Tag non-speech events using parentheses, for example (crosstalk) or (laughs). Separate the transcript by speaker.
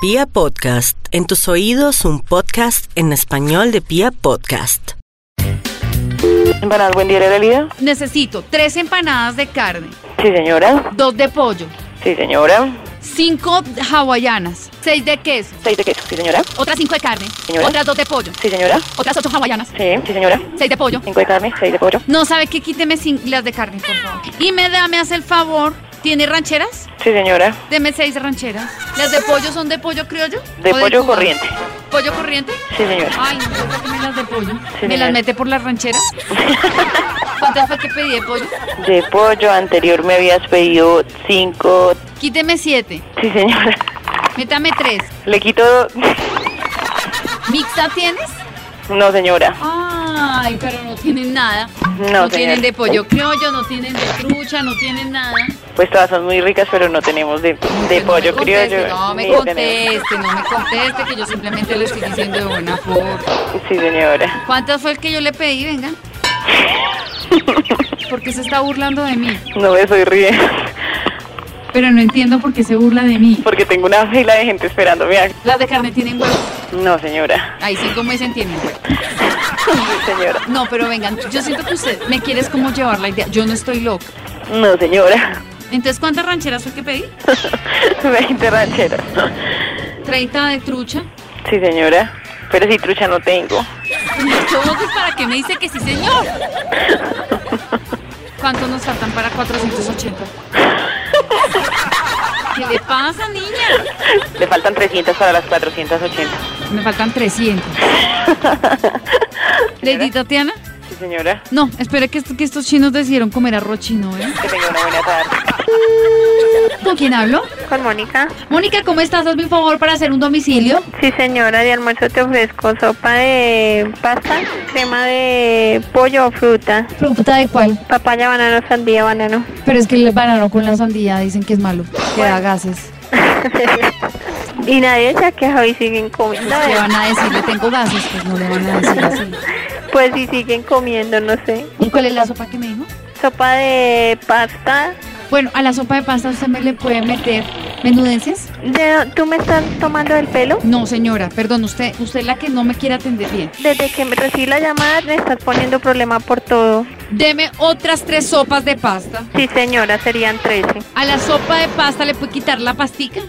Speaker 1: Pia Podcast, en tus oídos un podcast en español de Pia Podcast.
Speaker 2: Empanadas buen día, Heralía.
Speaker 3: Necesito tres empanadas de carne,
Speaker 2: Sí, señora.
Speaker 3: dos de pollo,
Speaker 2: Sí, señora.
Speaker 3: cinco hawaianas, seis de queso,
Speaker 2: Seis de queso. Sí, señora.
Speaker 3: otras cinco de carne,
Speaker 2: Señora.
Speaker 3: otras dos de pollo,
Speaker 2: Sí, señora.
Speaker 3: otras ocho hawaianas,
Speaker 2: Sí, sí, señora.
Speaker 3: seis de pollo.
Speaker 2: Cinco de carne, seis de pollo.
Speaker 3: No sabe que quíteme cin- las de carne, por favor. Y me da, me hace el favor. ¿Tiene rancheras?
Speaker 2: Sí, señora.
Speaker 3: Deme seis rancheras. ¿Las de pollo son de pollo criollo?
Speaker 2: De
Speaker 3: ¿O
Speaker 2: pollo
Speaker 3: Cuba?
Speaker 2: corriente.
Speaker 3: ¿Pollo corriente?
Speaker 2: Sí, señora.
Speaker 3: Ay, no, yo quiero las de pollo.
Speaker 2: Sí,
Speaker 3: ¿Me las
Speaker 2: señora.
Speaker 3: mete por
Speaker 2: (laughs)
Speaker 3: las rancheras? ¿Cuántas fue que pedí de pollo?
Speaker 2: De pollo anterior me habías pedido cinco.
Speaker 3: Quíteme siete.
Speaker 2: Sí, señora.
Speaker 3: Métame tres.
Speaker 2: Le quito.
Speaker 3: ¿Mixta tienes?
Speaker 2: No, señora.
Speaker 3: Ay, pero no tienen nada.
Speaker 2: No, señora.
Speaker 3: tienen de pollo criollo, no tienen de trucha, no tienen nada.
Speaker 2: Pues todas son muy ricas, pero no tenemos de, de
Speaker 3: Pues no
Speaker 2: pollo
Speaker 3: me conteste,
Speaker 2: criollo.
Speaker 3: No me
Speaker 2: ni tenemos.
Speaker 3: conteste, no me conteste, que yo simplemente le estoy diciendo de buena forma.
Speaker 2: Sí, señora.
Speaker 3: ¿Cuántas fue el que yo le pedí? Venga. ¿Por qué se está burlando de mí?
Speaker 2: No me estoy riendo.
Speaker 3: Pero no entiendo por qué se burla de mí.
Speaker 2: Porque tengo una fila de gente esperando mi acto.
Speaker 3: Las de carne tienen huevo.
Speaker 2: No, señora.
Speaker 3: Ahí sí, como dicen, tienen huevo.
Speaker 2: Sí, señora.
Speaker 3: No, pero vengan, yo siento que usted me quieres como llevar la idea. Yo no estoy loca.
Speaker 2: No, señora.
Speaker 3: Entonces, ¿cuántas rancheras fue que pedí?
Speaker 2: (laughs) 20 rancheras.
Speaker 3: 30 de trucha.
Speaker 2: Sí, señora. Pero si trucha no tengo.
Speaker 3: votos para que me dice que sí, señor. ¿Cuánto nos faltan para 480? ¿Qué le pasa, niña?
Speaker 2: Le faltan 300 para las 480.
Speaker 3: Me faltan 300. Lady Tatiana.
Speaker 2: Sí, señora.
Speaker 3: No, espere que, est- que estos chinos decidieron comer arroz chino, ¿eh?
Speaker 2: Que tenga una buena tarde.
Speaker 3: ¿Con quién hablo?
Speaker 4: Con Mónica.
Speaker 3: Mónica, ¿cómo estás? Hazme un favor para hacer un domicilio.
Speaker 4: Sí, señora, de almuerzo te ofrezco sopa de pasta, crema de pollo o fruta,
Speaker 3: ¿Pregunta de cuál?
Speaker 4: papaya, banano, sandía, banano.
Speaker 3: Pero es que el banano con la sandía dicen que es malo, que da gases.
Speaker 4: y nadie se ha quejado y siguen comiendo.
Speaker 3: ¿Qué van a decir? Le tengo gases, pues no le van a decir así.
Speaker 4: Pues si siguen comiendo, no sé.
Speaker 3: ¿Y cuál es la sopa que me dijo?
Speaker 4: Sopa de pasta.
Speaker 3: Bueno, a la sopa de pasta usted me le puede meter menudencias.
Speaker 4: ¿De- ¿Tú me estás tomando el pelo?
Speaker 3: No, señora, perdón, usted, usted es la que no me quiere atender bien.
Speaker 4: Desde que me recibí la llamada me estás poniendo problema por todo.
Speaker 3: Deme otras tres sopas de pasta.
Speaker 4: Sí, señora, serían 13.
Speaker 3: A la sopa de pasta le puede quitar la pastica.